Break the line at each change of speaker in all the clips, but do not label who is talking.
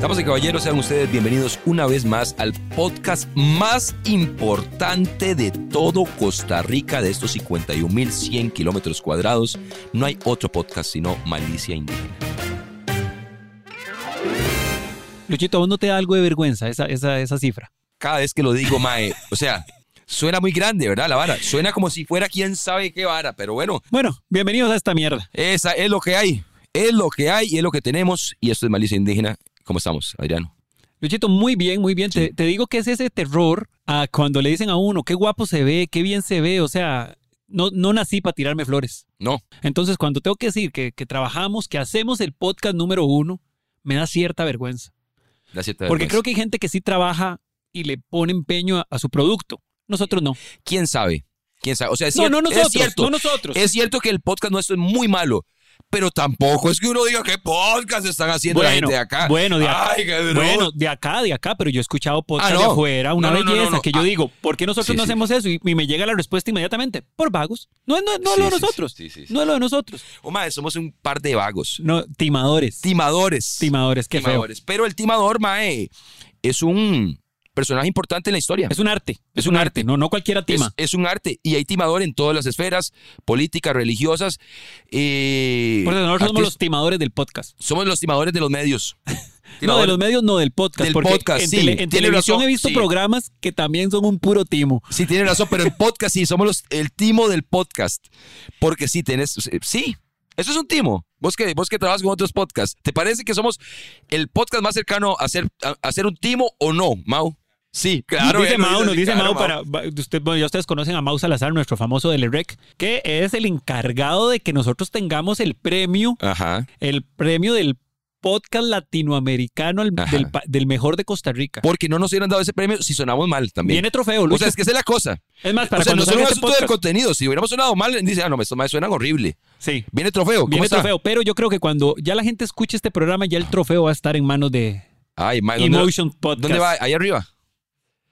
Damas y caballeros, sean ustedes bienvenidos una vez más al podcast más importante de todo Costa Rica, de estos 51.100 kilómetros cuadrados. No hay otro podcast sino Malicia Indígena.
Luchito, ¿a vos no te da algo de vergüenza esa, esa, esa cifra?
Cada vez que lo digo, Mae, o sea, suena muy grande, ¿verdad? La vara. Suena como si fuera quién sabe qué vara, pero bueno,
Bueno, bienvenidos a esta mierda.
esa es lo que hay. Es lo que hay y es lo que tenemos. Y esto es Malicia Indígena. ¿Cómo estamos, Adriano?
Luchito, muy bien, muy bien. Te, te digo que es ese terror a cuando le dicen a uno, qué guapo se ve, qué bien se ve. O sea, no, no nací para tirarme flores.
No,
Entonces, cuando tengo que decir que, que trabajamos, que hacemos el podcast número uno, me da cierta vergüenza.
gracias.
Porque creo que hay gente que sí trabaja y le pone empeño a, a su producto. Nosotros no.
¿Quién sabe? ¿Quién sabe? O sea, es
No,
cier-
no
es
nosotros.
cierto.
No nosotros.
Es cierto que el podcast nuestro es muy malo, pero tampoco es que uno diga qué podcast están haciendo la gente de acá.
Bueno, de acá.
Ay, qué duro.
bueno, de acá, de acá, pero yo he escuchado podcast
Ah,
de
no.
afuera, una
No, no, no,
belleza,
no, no.
que yo
Ah.
digo, ¿por qué nosotros
Sí,
no
sí.
hacemos eso? Y, y me llega la respuesta inmediatamente, por vagos. No, es- no, es- no es
Sí,
lo de
sí, sí,
nosotros.
sí, sí, sí.
No es lo de nosotros.
Oh, mae, somos un par de vagos.
No, timadores.
Timadores.
timadores, qué feo.
Timadores. Pero el timador, mae, es un personaje importante en la historia.
Es un arte, es un arte, no, no cualquiera
Es-
tima.
es un arte y hay timador en todas las esferas, políticas, religiosas. eh,
Por eso nosotros somos
artis-
los timadores del podcast.
somos los timadores de los medios.
No, de
Timadores-
los medios, no del podcast.
Del
porque
podcast,
en,
sí,
tele- en
tiene
televisión
razón,
he visto
sí.
programas que también son un puro timo.
Sí, tienes razón, pero en podcast sí, somos los, el timo del podcast. Porque sí, tenés. Sí, eso es un timo. Vos que, vos que trabajas con otros podcasts, ¿te parece que somos el podcast más cercano a ser, a, a ser un timo o no, Mau? Sí, claro.
dice
él lo
Mau, nos
así,
dice
claro,
Mau para. va- usted- bueno, ya ustedes conocen a Mau Salazar, nuestro famoso del E REC, que es el encargado de que nosotros tengamos el premio,
Ajá.
el premio del podcast latinoamericano el-
Ajá.
del, pa- del mejor de Costa Rica.
Porque no nos hubieran dado ese premio si sonamos mal también.
Viene trofeo,
o
Lucho.
sea, es que esa es la cosa.
es más, para
o sea, no solo
cuando salga
un
este
asunto del
podcast.
contenido. Si hubiéramos sonado mal, dice, ah, no, esto me suena horrible.
Sí.
Viene trofeo. ¿Cómo
Viene
está?
trofeo, pero yo creo que cuando ya la gente escuche este programa, ya el trofeo va a estar en manos de
Ay, Mau, ¿dónde,
Emotion Podcast.
¿dónde va? Ahí arriba.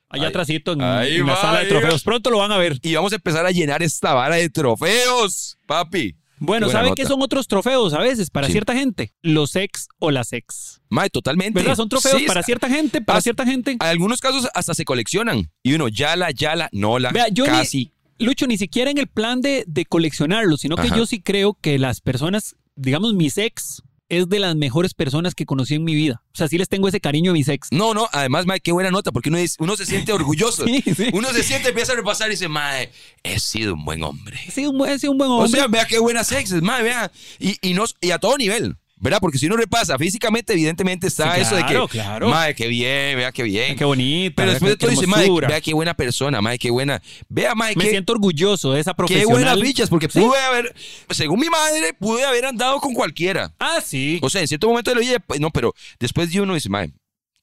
Allá
Ahí-
atrásito en,
ahí
en la
va,
sala de
ahí
trofeos.
va.
Pronto lo van a ver.
Y vamos a empezar a llenar esta vara de trofeos, papi.
Bueno,
Buena
¿saben
nota.
qué son otros trofeos a veces para
Sí.
cierta gente? Los ex o las ex.
Mae, totalmente.
¿Verdad? Son trofeos
Sí, ah,
para cierta gente, para
as-
cierta gente.
En algunos casos hasta se coleccionan. Y uno, yala, yala, no la,
Vea, yo ni-
casi.
Lucho, ni siquiera en el plan de, de coleccionarlos, sino que
Ajá.
yo sí creo que las personas, digamos, mis ex, es de las mejores personas que conocí en mi vida. O sea, sí les tengo ese cariño a mis ex.
No, no, además, mae, qué buena nota, porque uno, dice- uno se siente orgulloso.
Sí, sí.
Uno se siente, empieza a repasar y dice, mae, he sido un buen hombre.
He sido un, buen- he sido un buen hombre.
O sea, vea qué buenas exes, mae, vea. Y, y no, y a todo nivel. ¿Verdad? Porque si uno repasa físicamente, evidentemente está
Sí,
eso de
claro,
que.
claro.
Mae, qué bien, vea qué bien.
qué bonita.
Pero
vea,
después de
qué
todo dice, mae,
hermosura.
vea qué buena persona, mae, qué buena. Vea, mae,
Me
qué,
siento orgulloso de esa
Qué
profesional.
buenas fichas, porque
Sí.
pude haber, según mi madre, pude haber andado con cualquiera.
Ah, sí.
O sea, en cierto momento de la vida, pues, no, pero después de uno dice, madre,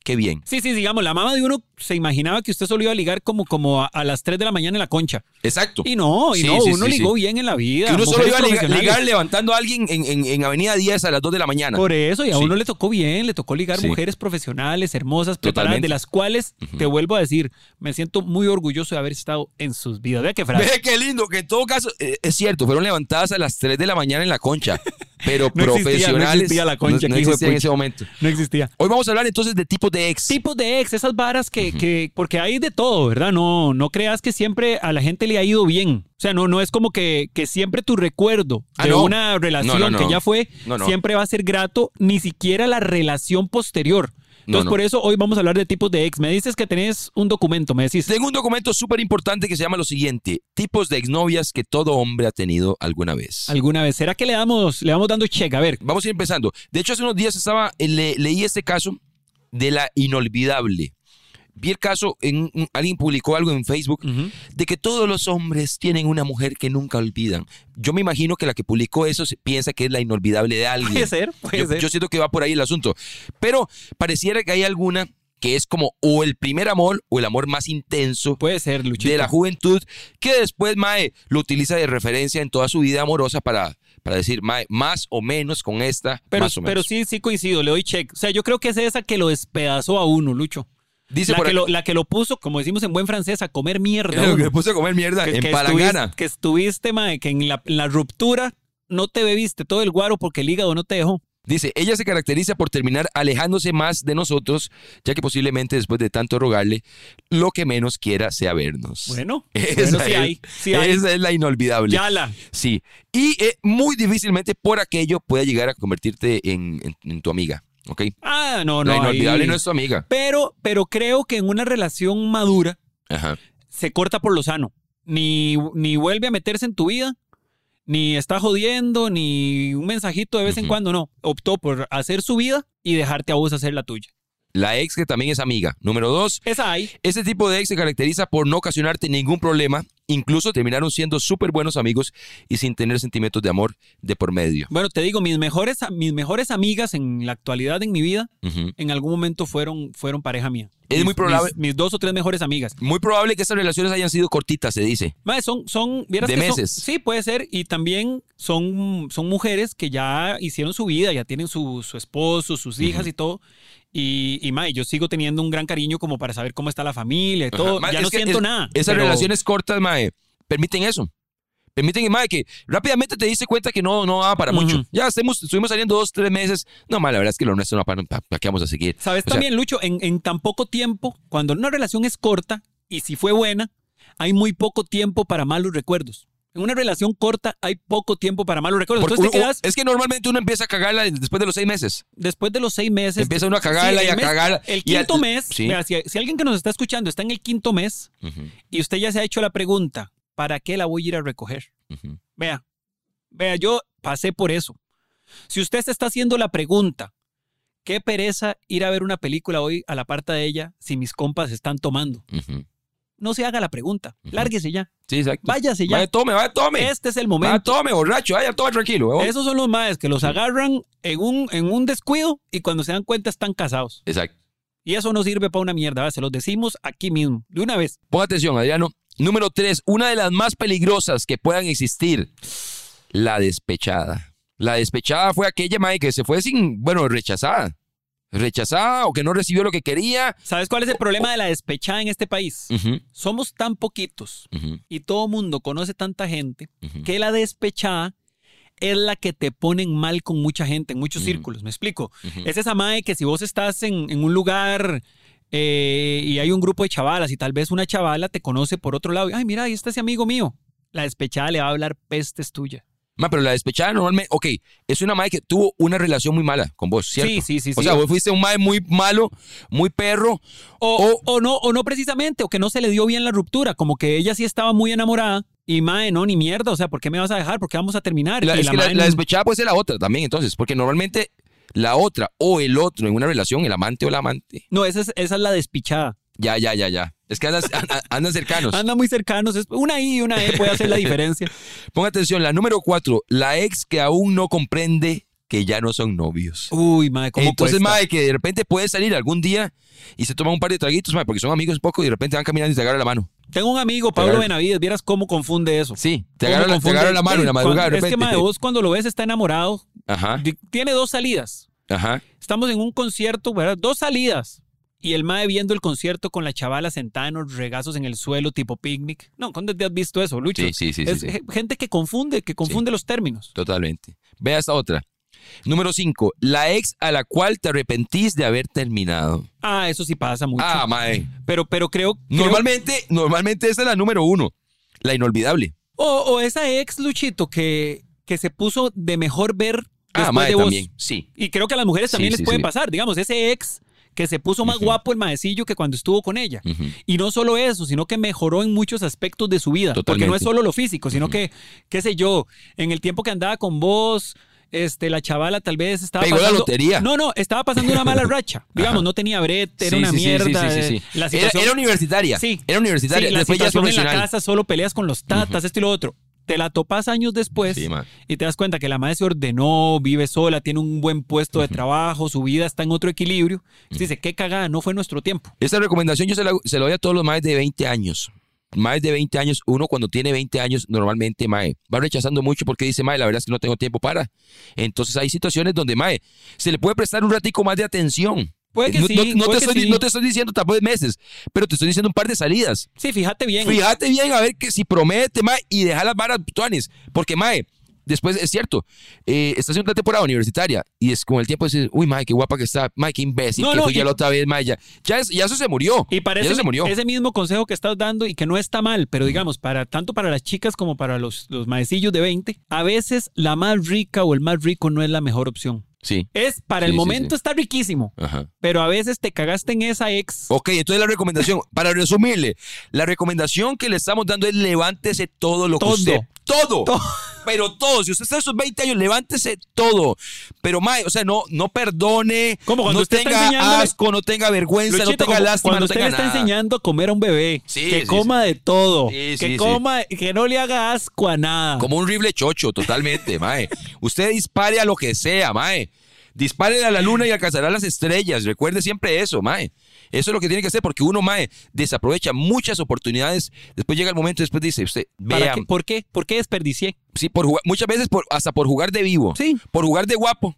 qué bien.
Sí, sí, digamos, la mamá de uno se imaginaba que usted solo iba a ligar como, como a, a las 3 de la mañana en la concha.
Exacto.
Y no, y
Sí,
no,
sí,
uno
sí, sí.
ligó bien en la vida.
Que uno solo iba
mujeres
a ligar,
profesionales.
ligar levantando a alguien en, en- en Avenida 10 a las 2 de la mañana.
Por eso, y a
Sí.
uno le tocó bien, le tocó ligar
Sí.
mujeres profesionales, hermosas, preparadas,
Totalmente.
de las cuales, te vuelvo a decir, me siento muy orgulloso de haber estado en sus vidas. Vea qué frase.
Ve qué lindo, que en todo caso, eh, es cierto, fueron levantadas a las 3 de la mañana en la concha, pero
No existía, no
profesionales.
existía la concha,
no
qué hijo de
existía en
pucha.
ese momento.
No existía.
Hoy vamos a hablar entonces de tipos de ex.
Tipos de ex, esas varas que, que- porque hay de todo, ¿verdad? No, no creas que siempre a la gente le ha ido bien. O sea, no, no es como que, que siempre tu recuerdo
Ah,
de
no.
una relación
No, no, no.
que ya fue
No, no.
siempre va a ser grato, ni siquiera la relación posterior.
No,
Entonces,
no.
por eso hoy vamos a hablar de tipos de ex. Me dices que tenés un documento, me decís.
Tengo un documento súper importante que se llama lo siguiente: tipos de exnovias que todo hombre ha tenido alguna vez.
alguna vez. ¿Será que le damos, le vamos dando check? A ver,
Vamos a ir empezando. De hecho, hace unos días estaba, le- leí este caso de la inolvidable. Vi el caso, en, un- alguien publicó algo en Facebook de que todos los hombres tienen una mujer que nunca olvidan. Yo me imagino que la que publicó eso se piensa que es la inolvidable de alguien.
puede ser, puede
yo,
ser.
yo siento que va por ahí el asunto. Pero pareciera que hay alguna que es como o el primer amor o el amor más intenso
puede ser, Luchito.
de la juventud que después Mae lo utiliza de referencia en toda su vida amorosa para, para decir Mae, más o menos con esta,
pero,
más o
pero
menos.
sí, sí coincido, le doy check. O sea, yo creo que es esa que lo despedazó a uno, Lucho.
Dice
La
por
que,
aquí-
lo, la que lo puso, como decimos en buen francés, a comer mierda.
Lo que
uno.
me puse a comer mierda
que,
en
que
Palangana.
estuviste, que estuviste, mae, que en la, en la ruptura no te bebiste todo el guaro porque el hígado no te dejó.
Dice, ella se caracteriza por terminar alejándose más de nosotros, ya que posiblemente después de tanto rogarle, lo que menos quiera sea vernos.
Bueno,
Esa
bueno, sí
es-
hay, sí hay.
Esa es la inolvidable.
Yala.
Sí. Y eh, muy difícilmente por aquello puede llegar a convertirte en, en- en tu amiga. ¿Ok?
Ah, no, no.
la inolvidable
ahí-
no es tu amiga.
pero, pero creo que en una relación madura,
Ajá.
se corta por lo sano. Ni, ni vuelve a meterse en tu vida, ni está jodiendo, ni un mensajito de vez en
Ujú.
cuando, no. Optó por hacer su vida y dejarte a vos hacer la tuya.
La ex que también es amiga. Número dos,
Esa hay.
este tipo de ex se caracteriza por no ocasionarte ningún problema. Incluso terminaron siendo súper buenos amigos y sin tener sentimientos de amor de por medio.
Bueno, te digo, mis mejores, mis mejores amigas en la actualidad en mi vida,
Ujú.
en algún momento fueron, fueron pareja mía.
Es
Mis-
muy probable-
Mis, mis dos o tres mejores amigas.
Muy probable que esas relaciones hayan sido cortitas, se dice.
Mae, son, son, vieras
De
que son-
meses.
sí, puede ser. Y también son, son mujeres que ya hicieron su vida, ya tienen su, su esposo, sus hijas y todo. Y, y mae, yo sigo teniendo un gran cariño como para saber cómo está la familia y
Ajá.
todo.
Ma,
ya
es
no
que
siento
es-
nada.
Esas
pero-
relaciones cortas, mae, permiten eso. Permiten, mae, que rápidamente te diste cuenta que no, no daba para mucho.
Ujú.
Ya estemos- estuvimos saliendo dos, tres meses. No, mae, la verdad es que lo nuestro no para, ¿para qué vamos a seguir? O
Sabes
sea,
también, Lucho, en, en tan poco tiempo, cuando una relación es corta y si fue buena, hay muy poco tiempo para malos recuerdos. En una relación corta hay poco tiempo para malos recuerdos.
porque
Entonces te
uno-
quedas
es que normalmente uno empieza a cagarla después de los seis meses.
después de los seis meses.
Empieza uno a cagarla
el
y a
mes-
cagarla.
El
Y al-
quinto mes,
Sí.
vea, si, si alguien que nos está escuchando está en el quinto mes
Ujú,
y usted ya se ha hecho la pregunta, ¿para qué la voy a ir a recoger?
ujú.
Vea, vea, yo pasé por eso. Si usted se está haciendo la pregunta, qué pereza ir a ver una película hoy a la parte de ella si mis compas están tomando.
Ujú.
No se haga la pregunta,
Ujú.
lárguese ya,
Sí, exacto.
váyase ya.
Vaya, tome, vaya, tome.
Este es el
Vaya,
momento.
tome, borracho. Vaya, tome tranquilo. huevón.
Esos son los maes que los agarran en un, en un descuido y cuando se dan cuenta están casados.
Exacto.
Y eso no sirve para una mierda, ¿verdad? se los decimos aquí mismo, de una vez.
Pon atención, Adriano. Número tres, una de las más peligrosas que puedan existir, la despechada. La despechada fue aquella madre que se fue sin, bueno, rechazada. Rechazada o que no recibió lo que quería.
¿Sabes cuál es el problema de la despechada en este país?
Ujú,
Somos tan poquitos
ujú,
y todo mundo conoce tanta gente
ujú.
que la despechada es la que te ponen mal con mucha gente, en muchos
Ujú.
círculos, ¿me explico?
Ujú.
Es esa mae que si vos estás en, en un lugar eh, y hay un grupo de chavalas y tal vez una chavala te conoce por otro lado, y, ay, mira, ahí está ese amigo mío. La despechada le va a hablar pestes tuya.
Ma, pero la despechada normalmente, ok, es una madre que tuvo una relación muy mala con vos, ¿cierto?
Sí, sí, sí,
O
sí.
sea, vos fuiste un madre muy malo, muy perro.
O, o no, o no precisamente, o que no se le dio bien la ruptura, como que ella sí estaba muy enamorada y mae, no, ni mierda, o sea, ¿por qué me vas a dejar? ¿Por qué vamos a terminar?
La,
Y
es que la,
mae
la
no-
despechada puede ser la otra también, entonces, porque normalmente la otra o el otro en una relación, el amante o la amante.
no, esa es, esa es la despichada.
Ya, ya, ya, ya. Es que andan, an- andan cercanos.
Anda muy cercanos, es- una I y una E puede hacer la diferencia.
Ponga atención, la número cuatro, la ex que aún no comprende que ya no son novios.
Uy, mae, ¿cómo
Entonces,
cuesta?
mae, que de repente pueden salir algún día y se toman un par de traguitos, mae, porque son amigos un poco y de repente van caminando y te agarran la mano.
Tengo un amigo, Pablo
agarra-
Benavides, vieras cómo confunde eso.
Sí, te
¿Cómo
agarran la, te
confunde?
agarran la mano en la
Cuando-
madrugada de
Es que,
repente.
mae, vos cuando lo ves está enamorado.
Ajá,
Di- Tiene dos salidas.
ajá.
Estamos en un concierto, ¿verdad? Dos salidas. Y el mae viendo el concierto con la chavala sentada en los regazos en el suelo, tipo picnic. No, ¿cuándo te has visto eso, Lucho?
Sí, sí, sí, sí,
Es
sí.
ge- gente que confunde, que confunde los términos.
Totalmente. Vea esta otra. Número 5. La ex a la cual te arrepentís de haber terminado.
Ah, eso sí pasa mucho.
Ah, mae.
pero, pero creo. creo-
Normalmente, normalmente esa es la número uno. La inolvidable.
o, o esa ex Luchito que, que se puso de mejor ver después
Ah, mae,
de vos.
también. Sí.
Y creo que a las mujeres
Sí,
también les
sí,
puede
sí.
pasar. Digamos, ese ex que se puso más
Ujú.
guapo el maecillo que cuando estuvo con ella.
Ujú.
Y no solo eso, sino que mejoró en muchos aspectos de su vida. Porque no es
Totalmente.
solo lo físico, sino que, qué sé yo, en el tiempo que andaba con vos, este, la chavala tal vez estaba
Pegó la
pasando...
lotería.
No, no, estaba pasando una mala racha. Digamos, no tenía brete, era
Sí,
una
sí, sí, sí,
mierda.
sí, sí,
eh,
sí.
La
Era-
situación...
Era universitaria.
Sí.
Era universitaria.
Sí, la
Después ya es
situación en la
profesional.
casa solo peleas con los tatas, esto y lo otro. Te la topas años después
Sí, ma.
y te das cuenta que la madre se ordenó, vive sola, tiene un buen puesto de trabajo, su vida está en otro equilibrio. Se dice, qué cagada, no fue nuestro tiempo.
Esta recomendación yo se la, se la doy a todos los más de 20 años. Más de 20 años, uno cuando tiene 20 años, normalmente, Mae, va rechazando mucho porque dice, Mae, la verdad es que no tengo tiempo para. Entonces hay situaciones donde, Mae, se le puede prestar un ratico más de atención.
Puede que
no,
sí,
no- no
puede
te
que
estoy, di-
sí.
no te estoy diciendo tampoco de meses, pero te estoy diciendo un par de salidas.
Sí, fíjate bien.
Fíjate bien a ver que si promete, Mae, y deja las varas tuanes. Porque, Mae, después es cierto, eh, estás en una temporada universitaria y es con el tiempo dices, uy, Mae, qué guapa que está, Mae, qué imbécil,
No,
que
no,
fui ya
y-
la otra vez, Mae, ya, ya, es- ya eso se murió.
Y
ya
parece
eso se murió.
ese mismo consejo que estás dando y que no está mal, pero digamos, para tanto para las chicas como para los, los maecillos de 20, a veces la más rica o el más rico no es la mejor opción.
Sí.
Es para
Sí,
el
sí,
momento
sí.
está riquísimo,
Ajá.
pero a veces te cagaste en esa ex.
Ok, entonces la recomendación, para resumirle, la recomendación que le estamos dando es levántese todo lo
Todo.
que usted... Todo.
Todo.
Pero todo. Si usted está en sus 20 años, levántese todo. Pero, Mae, o sea, no, no perdone,
Como cuando
no
usted está
tenga
enseñándole-
asco, no tenga vergüenza,
Luchito,
no tenga
como
lástima,
cuando
no
usted
tenga
le está
nada.
enseñando a comer a un bebé,
Sí,
que
sí,
coma de todo,
Sí,
que
sí, sí.
coma, que no le haga asco a nada.
Como un rifle chocho, totalmente, Mae. Usted dispare a lo que sea, Mae. Dispare a la luna y alcanzará las estrellas. Recuerde siempre eso, Mae. Eso es lo que tiene que hacer porque uno, Mae, desaprovecha muchas oportunidades. Después llega el momento, después dice usted,
¿Para
vea,
qué? ¿Por qué? ¿Por qué desperdicié?
sí, por jugar- muchas veces por, hasta por jugar de vivo,
Sí.
por jugar de guapo.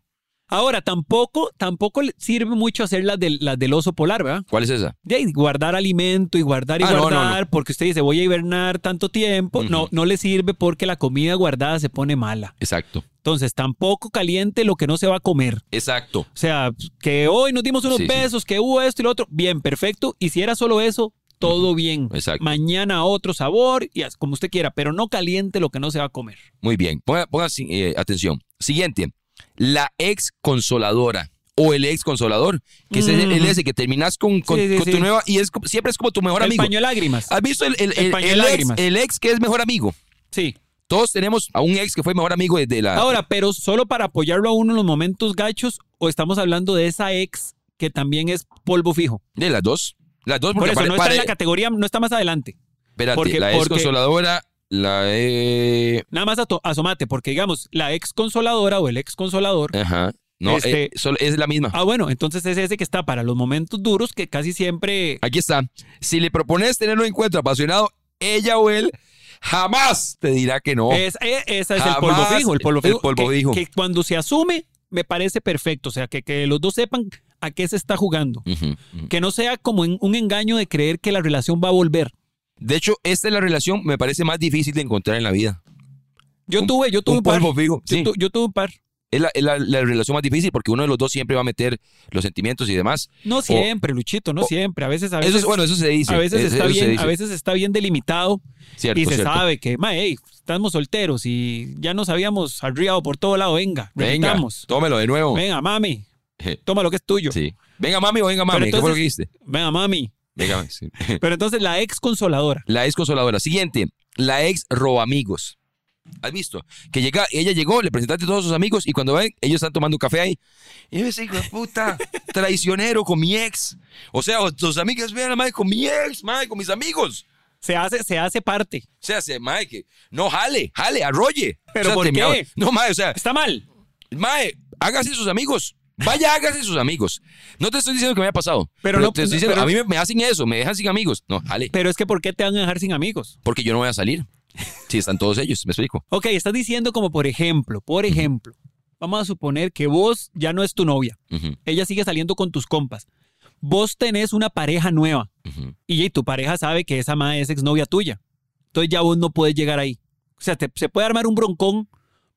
Ahora, tampoco, tampoco le sirve mucho hacer las del, las del oso polar, ¿verdad?
¿Cuál es esa?
de ahí, guardar alimento y guardar y
Ah, no, no,
guardar, porque usted dice voy a hibernar tanto tiempo, no, no le sirve porque la comida guardada se pone mala.
Exacto,
Entonces, tampoco caliente lo que no se va a comer.
exacto.
O sea, que hoy nos dimos unos
Sí, sí.
besos, que hubo esto y lo otro. Bien, perfecto. Y si era solo eso, todo bien.
Exacto.
Mañana otro sabor y as- como usted quiera, pero no caliente lo que no se va a comer.
Muy bien, ponga, ponga, eh, atención. Siguiente, la ex consoladora o el ex consolador, que es el, el ese que terminas con, con-
Mm. Sí, sí,
con tu
sí.
nueva y es, como- siempre es como tu mejor
El
amigo. ah,
paño de lágrimas.
¿Has visto el, el-
El
el-
paño de
el ex,
lágrimas.
el ex que es mejor amigo?
Sí.
Todos tenemos a un ex que fue mejor amigo desde la...
Ahora, pero solo para apoyarlo a uno en los momentos gachos o estamos hablando de esa ex que también es polvo fijo.
de las dos. Las dos,
Por
porque
eso
pare-
no está
pare-
en la categoría, no está más adelante.
espérate,
porque-
la ex
porque-
consoladora, la... eh,
Nada más ato- asomate, porque digamos, la ex consoladora o el ex consolador.
ajá. No,
Este-
eh, solo- es la misma.
Ah, bueno, entonces es ese que está para los momentos duros que casi siempre.
Aquí está. Si le propones tener un encuentro apasionado, ella o él jamás te dirá que no.
Es, e- ese es el
Oh. Jamás
polvo fijo. El polvo
el
fijo.
polvo
que,
fijo.
que cuando se asume, me parece perfecto. O sea, que, que los dos sepan a qué se está jugando.
Ujú, ujú.
Que no sea como en- un engaño de creer que la relación va a volver.
De hecho, esta es la relación, me parece, más difícil de encontrar en la vida.
Yo
Un-
tuve, yo tuve un,
un
par.
polvo fijo.
Yo,
sí.
tu- yo tuve un par.
Es, la, es la- la relación más difícil porque uno de los dos siempre va a meter los sentimientos y demás.
No siempre, Luchito, no
o-
siempre. A veces, a veces.
Oh. Eso es, bueno, eso se dice.
a veces
Es-
está
eso se
bien,
dice.
a veces está bien delimitado
Cierto,
y se
cierto.
sabe que, ma, hey, estamos solteros y ya nos habíamos arriado por todo lado, venga,
Venga,
repitamos.
tómelo de nuevo.
Venga, mami,
Eh,
toma lo que es tuyo.
Sí. Venga, mami o venga, mami.
Pero
¿Qué fue lo
entonces-
que dijiste?
Venga, mami.
Venga, mami, sí.
Pero entonces la ex consoladora.
La ex consoladora. Siguiente, la ex roba amigos. ¿Has visto? Que llega, ella llegó, le presentaste a todos sus amigos y cuando ven, ellos están tomando un café ahí. Y yo ese hijo de puta, traicionero con mi ex. O sea, o tus amigas, vean, madre, con mi ex, madre, con mis amigos.
Se hace, se hace parte.
O sea, se, madre, que no jale, jale, arrolle.
¿Pero
O sea,
por
terminaba-
qué?
No, madre, o sea,
Está mal.
Mae, hágase sus amigos. Vaya, hágase sus amigos. No te estoy diciendo que me haya pasado. Pero
Pero no-
te estoy diciendo,
pero-
a mí me, me hacen eso, me dejan sin amigos. No, jale,
Pero es que ¿por qué te van a dejar sin amigos?
porque yo no voy a salir. Si están todos ellos, me explico.
Ok, estás diciendo como por ejemplo, por ejemplo, vamos a suponer que vos ya no es tu novia,
Ujú,
ella sigue saliendo con tus compas, vos tenés una pareja nueva
ujú.
y, ya tu pareja sabe que esa madre es exnovia tuya, entonces ya vos no puedes llegar ahí. O sea, te- se puede armar un broncón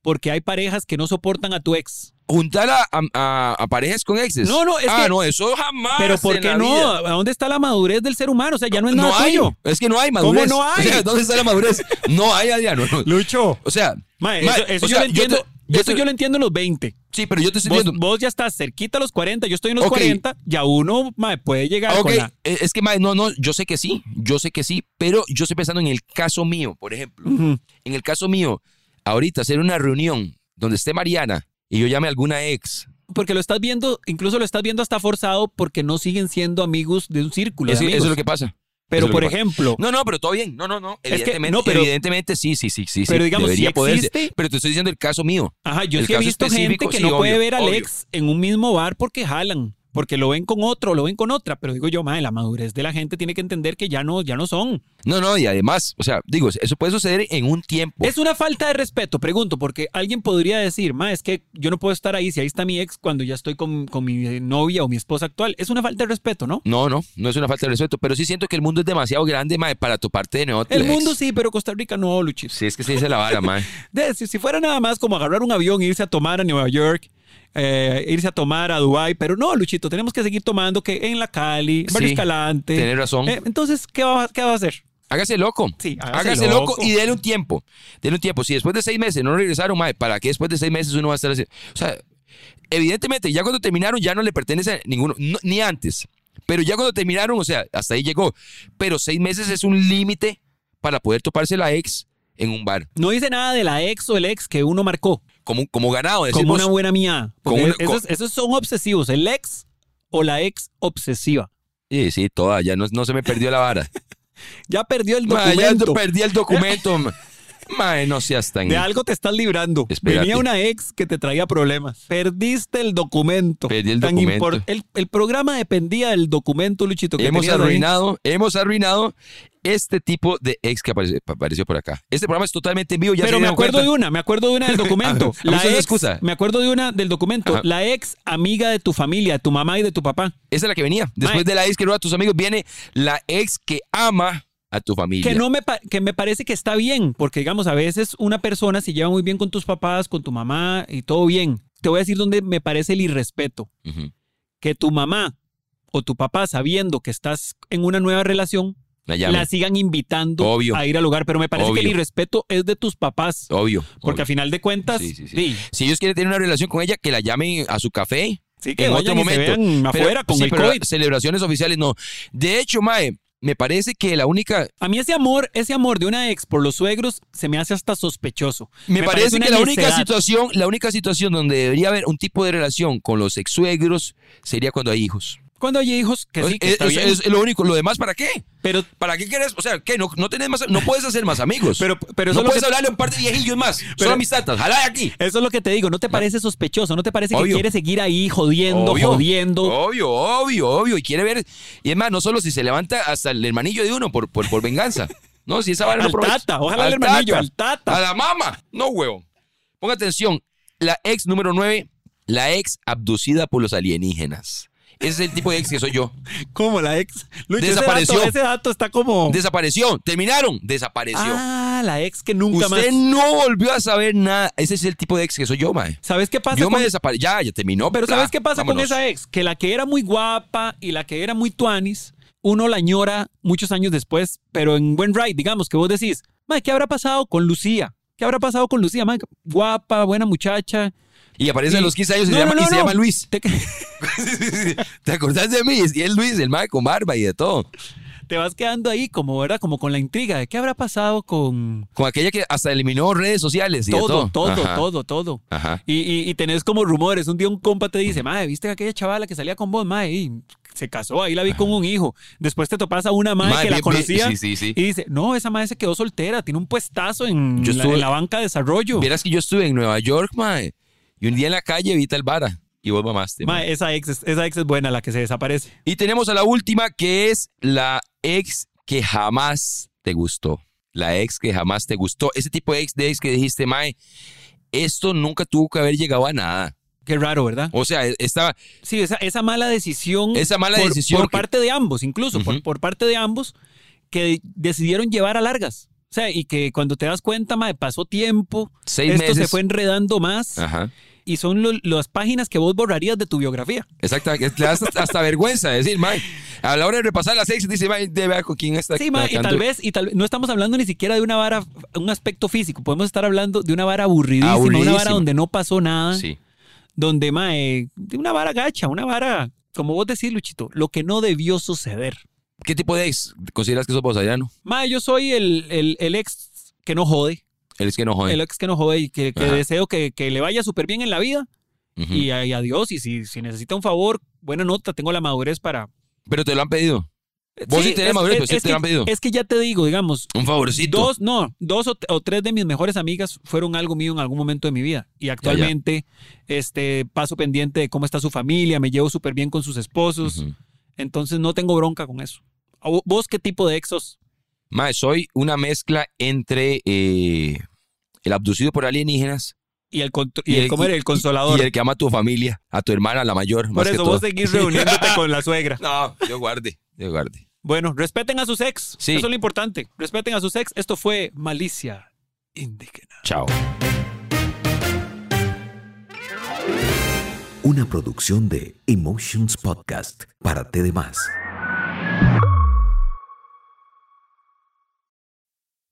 porque hay parejas que no soportan a tu ex.
Juntar a, a- a- a parejas con exes.
No, no, es
Ah,
que-
no, eso jamás.
Pero ¿por
en
qué
la
no?
vida.
¿A dónde está la madurez del ser humano? O sea, ya no es nada
hay.
tuyo.
Es que no hay madurez.
no hay?
O sea, ¿dónde está la madurez? No hay, Adriano. no.
Lucho.
O sea,
Mae,
mae,
eso, eso
o
yo
sea,
lo entiendo.
te- yo
eso
te-
yo lo entiendo en los 20.
Sí, pero yo te estoy
Vos,
diciendo.
vos ya estás cerquita a los 40, yo estoy en los
Ok.
40, ya uno mae, puede llegar
Ok,
con la...
eh, es que, mae, no, no, yo sé que sí, yo sé que sí, pero yo estoy pensando en el caso mío, por ejemplo. En el caso mío, ahorita hacer una reunión donde esté Mariana y yo llame a alguna ex.
Porque lo estás viendo, incluso lo estás viendo hasta forzado porque no siguen siendo amigos de un círculo. de
Eso, eso
amigos.
es lo que pasa. eso
pero
es lo
por
que pasa.
ejemplo,
No, no, pero todo bien. No, no, no.
Es que,
Evidentemente,
no, pero-
evidentemente sí, sí, sí, sí. sí,
Pero digamos,
debería
si
poderse.
existe-
Pero te estoy diciendo el caso mío.
ajá, yo
el
sí he
caso
visto gente
específico,
que
sí,
no puede
obvio,
ver al
obvio.
ex en un mismo bar porque jalan, porque lo ven con otro, lo ven con otra, pero digo yo, madre, la madurez de la gente tiene que entender que ya no, ya no son.
No, no, y además, o sea, digo, eso puede suceder en un tiempo.
Es una falta de respeto, pregunto, porque alguien podría decir, ma, es que yo no puedo estar ahí si ahí está mi ex cuando ya estoy con, con mi novia o mi esposa actual. Es una falta de respeto, ¿no?
No, no, no es una falta de respeto, pero sí siento que el mundo es demasiado grande, mae, para toparte de nuevo.
El
ex.
mundo sí, pero Costa Rica no, Luchis.
Sí, es que se dice la vara, mae.
De- si, si fuera nada más como agarrar un avión, e irse a tomar a Nueva York, eh, irse a tomar a Dubai, pero no, Luchito, tenemos que seguir tomando que en la Cali, en Barrio
Sí,
Escalante.
tenés razón.
Eh, entonces, ¿qué va, ¿qué va a hacer?
Hágase loco.
Sí, hágase
hágase, loco.
loco.
y déle un tiempo. Déle un tiempo. Si después de seis meses no regresaron, mae, ¿para qué después de seis meses uno va a estar así? O sea, evidentemente, ya cuando terminaron ya no le pertenece a ninguno, no- ni antes. Pero ya cuando terminaron, o sea, hasta ahí llegó. Pero seis meses es un límite para poder toparse la ex en un bar.
No dice nada de la ex o el ex que uno marcó,
Como, como ganado, decís
como
vos.
una buena mía. Porque
Con una-
esos, esos son obsesivos, el ex o la ex obsesiva.
Sí, sí, toda. Ya no, no se me perdió la vara.
Ya perdió el
Mae, ya
documento.
perdí el documento. ma. Mae, no seas tan...
De algo te estás librando.
Espérate.
Venía una ex que te traía problemas. Perdiste el documento.
Perdí el
Tan
documento.
impor- el, el programa dependía del documento, Luchito. Que
hemos
tenías ahí.
arruinado, hemos arruinado este tipo de ex que aparece- apareció por acá. Este programa es totalmente en vivo. Ya
Pero me acuerdo de una, me acuerdo de una del documento.
A mí
la
eso es
ex,
excusa.
Me acuerdo de una del documento.
Ajá.
La ex amiga de tu familia, de tu mamá y de tu papá.
Esa es la que venía. Después
Mae.
de la ex que roba a tus amigos, viene la ex que ama a tu familia.
Que no me pa- que me parece que está bien, porque digamos, a veces una persona se lleva muy bien con tus papás, con tu mamá y todo bien. Te voy a decir dónde me parece el irrespeto.
Ujú.
Que tu mamá o tu papá, sabiendo que estás en una nueva relación,
La llama.
la sigan invitando
Obvio.
a ir al hogar. Pero me parece que el
Obvio.
irrespeto es de tus papás.
Obvio. obvio.
Porque a final de cuentas,
Sí, sí, sí.
di,
Si ellos quieren tener una relación con ella, que la llamen a su café
sí que
en
vayan
otro
y se
momento.
vean
Pero-
afuera con
sí,
el
pero
COVID.
Celebraciones oficiales no. De hecho, Mae, me parece que la única.
A mí ese amor, ese amor de una ex por los suegros se me hace hasta sospechoso.
Me, parece,
una
que la única
necedad.
situación, la única situación donde debería haber un tipo de relación con los ex suegros sería cuando hay hijos.
Cuando hay hijos que sí, que
es,
está
es-
bien,
es lo único. Lo demás, ¿para qué?
pero
¿Para qué querés? O sea, ¿qué? No, no, tenés más, no puedes hacer más amigos.
Pero- pero eso
no
es lo
puedes
que-
hablarle a un par de viejillos más.
Pero-
Son amistades. Jalá de aquí.
eso es lo que te digo, no te parece sospechoso, no te parece que
Ah. Obvio.
quiere seguir ahí jodiendo,
Obvio,
jodiendo.
Obvio, obvio, obvio. Y quiere ver. Y es más, no solo si se levanta hasta el hermanillo de uno por, por, por venganza. No, si esa vara no
Al
aprovecha.
tata, ojalá el
Al
hermanillo, al tata.
A la mama. No, huevo. Ponga atención. La ex número 9, la ex abducida por los alienígenas. Ese es el tipo de ex que soy yo.
Como la ex. Lucho, ese
Desapareció.
dato- Ese dato, está como.
Desapareció. Terminaron. Desapareció.
Oh. Ah, la ex que nunca
Usted
más.
no volvió a saber nada. Ese es el tipo de ex que soy yo, mae.
¿Sabes qué pasa?
Yo
con-
me desaparecí. Ya, ya terminó.
Pero
bla,
¿sabes qué pasa
vámonos.
con esa ex? Que la que era muy guapa y la que era muy tuanis, uno la añora muchos años después, pero en buen ride, digamos, que vos decís, "Mae, ¿qué habrá pasado con Lucía? ¿Qué habrá pasado con Lucía? Mae, guapa, buena muchacha.
Y aparece a los 15 años y,
No,
se, llama,
no,
y
no,
se
no.
llama Luis.
Te,
¿Te acordás de mí? Y es Luis, el mae con barba y de todo.
te vas quedando ahí como, ¿verdad? Como con la intriga de qué habrá pasado con
Con aquella que hasta eliminó redes sociales y de
todo,
todo.
todo,
Ajá,
todo, todo.
Ajá.
Y, y- y tenés como rumores. Un día un compa te dice, madre, ¿viste que aquella chavala que salía con vos? Madre, y se casó, ahí la vi con un hijo. Después te topas a una madre
Mae,
que la
bien,
conocía
bien, sí, sí, sí.
y dice, no, esa madre se quedó soltera, tiene un puestazo en,
Yo
la,
estuve-
en la banca de desarrollo.
Vieras que yo estuve en Nueva York, mae. Y un día en la calle evita el vara. Y vos mamaste.
Ma, esa, ex, es- esa ex es buena, la que se desaparece.
Y tenemos a la última, que es la ex que jamás te gustó. La ex que jamás te gustó. Ese tipo de ex de ex que dijiste, Mae, esto nunca tuvo que haber llegado a nada.
Qué raro, ¿verdad?
O sea, e, estaba.
Sí, esa, esa mala decisión.
Oh. Esa mala
por-
decisión
Por
que-
parte de ambos, incluso, por,
Ujú.
por parte de ambos, que decidieron llevar a largas. O sea, y que cuando te das cuenta, mae, pasó tiempo,
Seis
esto se
meses.
fue enredando más,
Ajá.
y son lo- las páginas que vos borrarías de tu biografía.
Exactamente. Le das hasta, hasta vergüenza de decir, Mae. A la hora de repasar las ex, dice, Mae, de vea con quién está.
Sí, ma, y
tratando".
tal vez, y tal no estamos hablando ni siquiera de una vara, un aspecto físico, podemos estar hablando de una vara aburridísima, una vara
Aburridísima.
donde no pasó nada,
Sí.
donde ma, eh, de una vara gacha, una vara, como vos decís, Luchito, lo que no debió suceder.
¿Qué tipo de ex consideras que sos vos, Adriano?
Ma, yo soy el, el- el ex que no jode,
El ex que no jode.
el ex que no jode y que, que
Ajá.
deseo que, que le vaya súper bien en la vida
Ujú.
y, a- y adiós, y si, si necesita un favor, buena nota, tengo la madurez para...
Pero te lo han pedido. Vos sí tenés
Eh, es-
madurez,
es-
pero sí
es
te
que-
lo han pedido.
Es que ya te digo, digamos,
Un favorcito.
Dos, no, dos o, o tres de mis mejores amigas fueron algo mío en algún momento de mi vida. Y actualmente, este, paso pendiente de cómo está su familia, me llevo súper bien con sus esposos.
Ujú.
Entonces no tengo bronca con eso. ¿A vo- ¿Vos qué tipo de exos?
Mae, soy una mezcla entre eh, el abducido por alienígenas
Y el, contro- y el, ¿cómo era? el consolador.
y el que ama a tu familia, a tu hermana, la mayor. más
Por
que
eso
todo.
vos seguís reuniéndote con la suegra.
No, yo guarde, yo guarde.
Bueno, respeten a sus ex.
Sí.
Eso es lo importante. Respeten a sus ex. Esto fue Malicia Indígena.
Chao.
Una producción de Emotions Podcast para T de Más.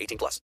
18 plus.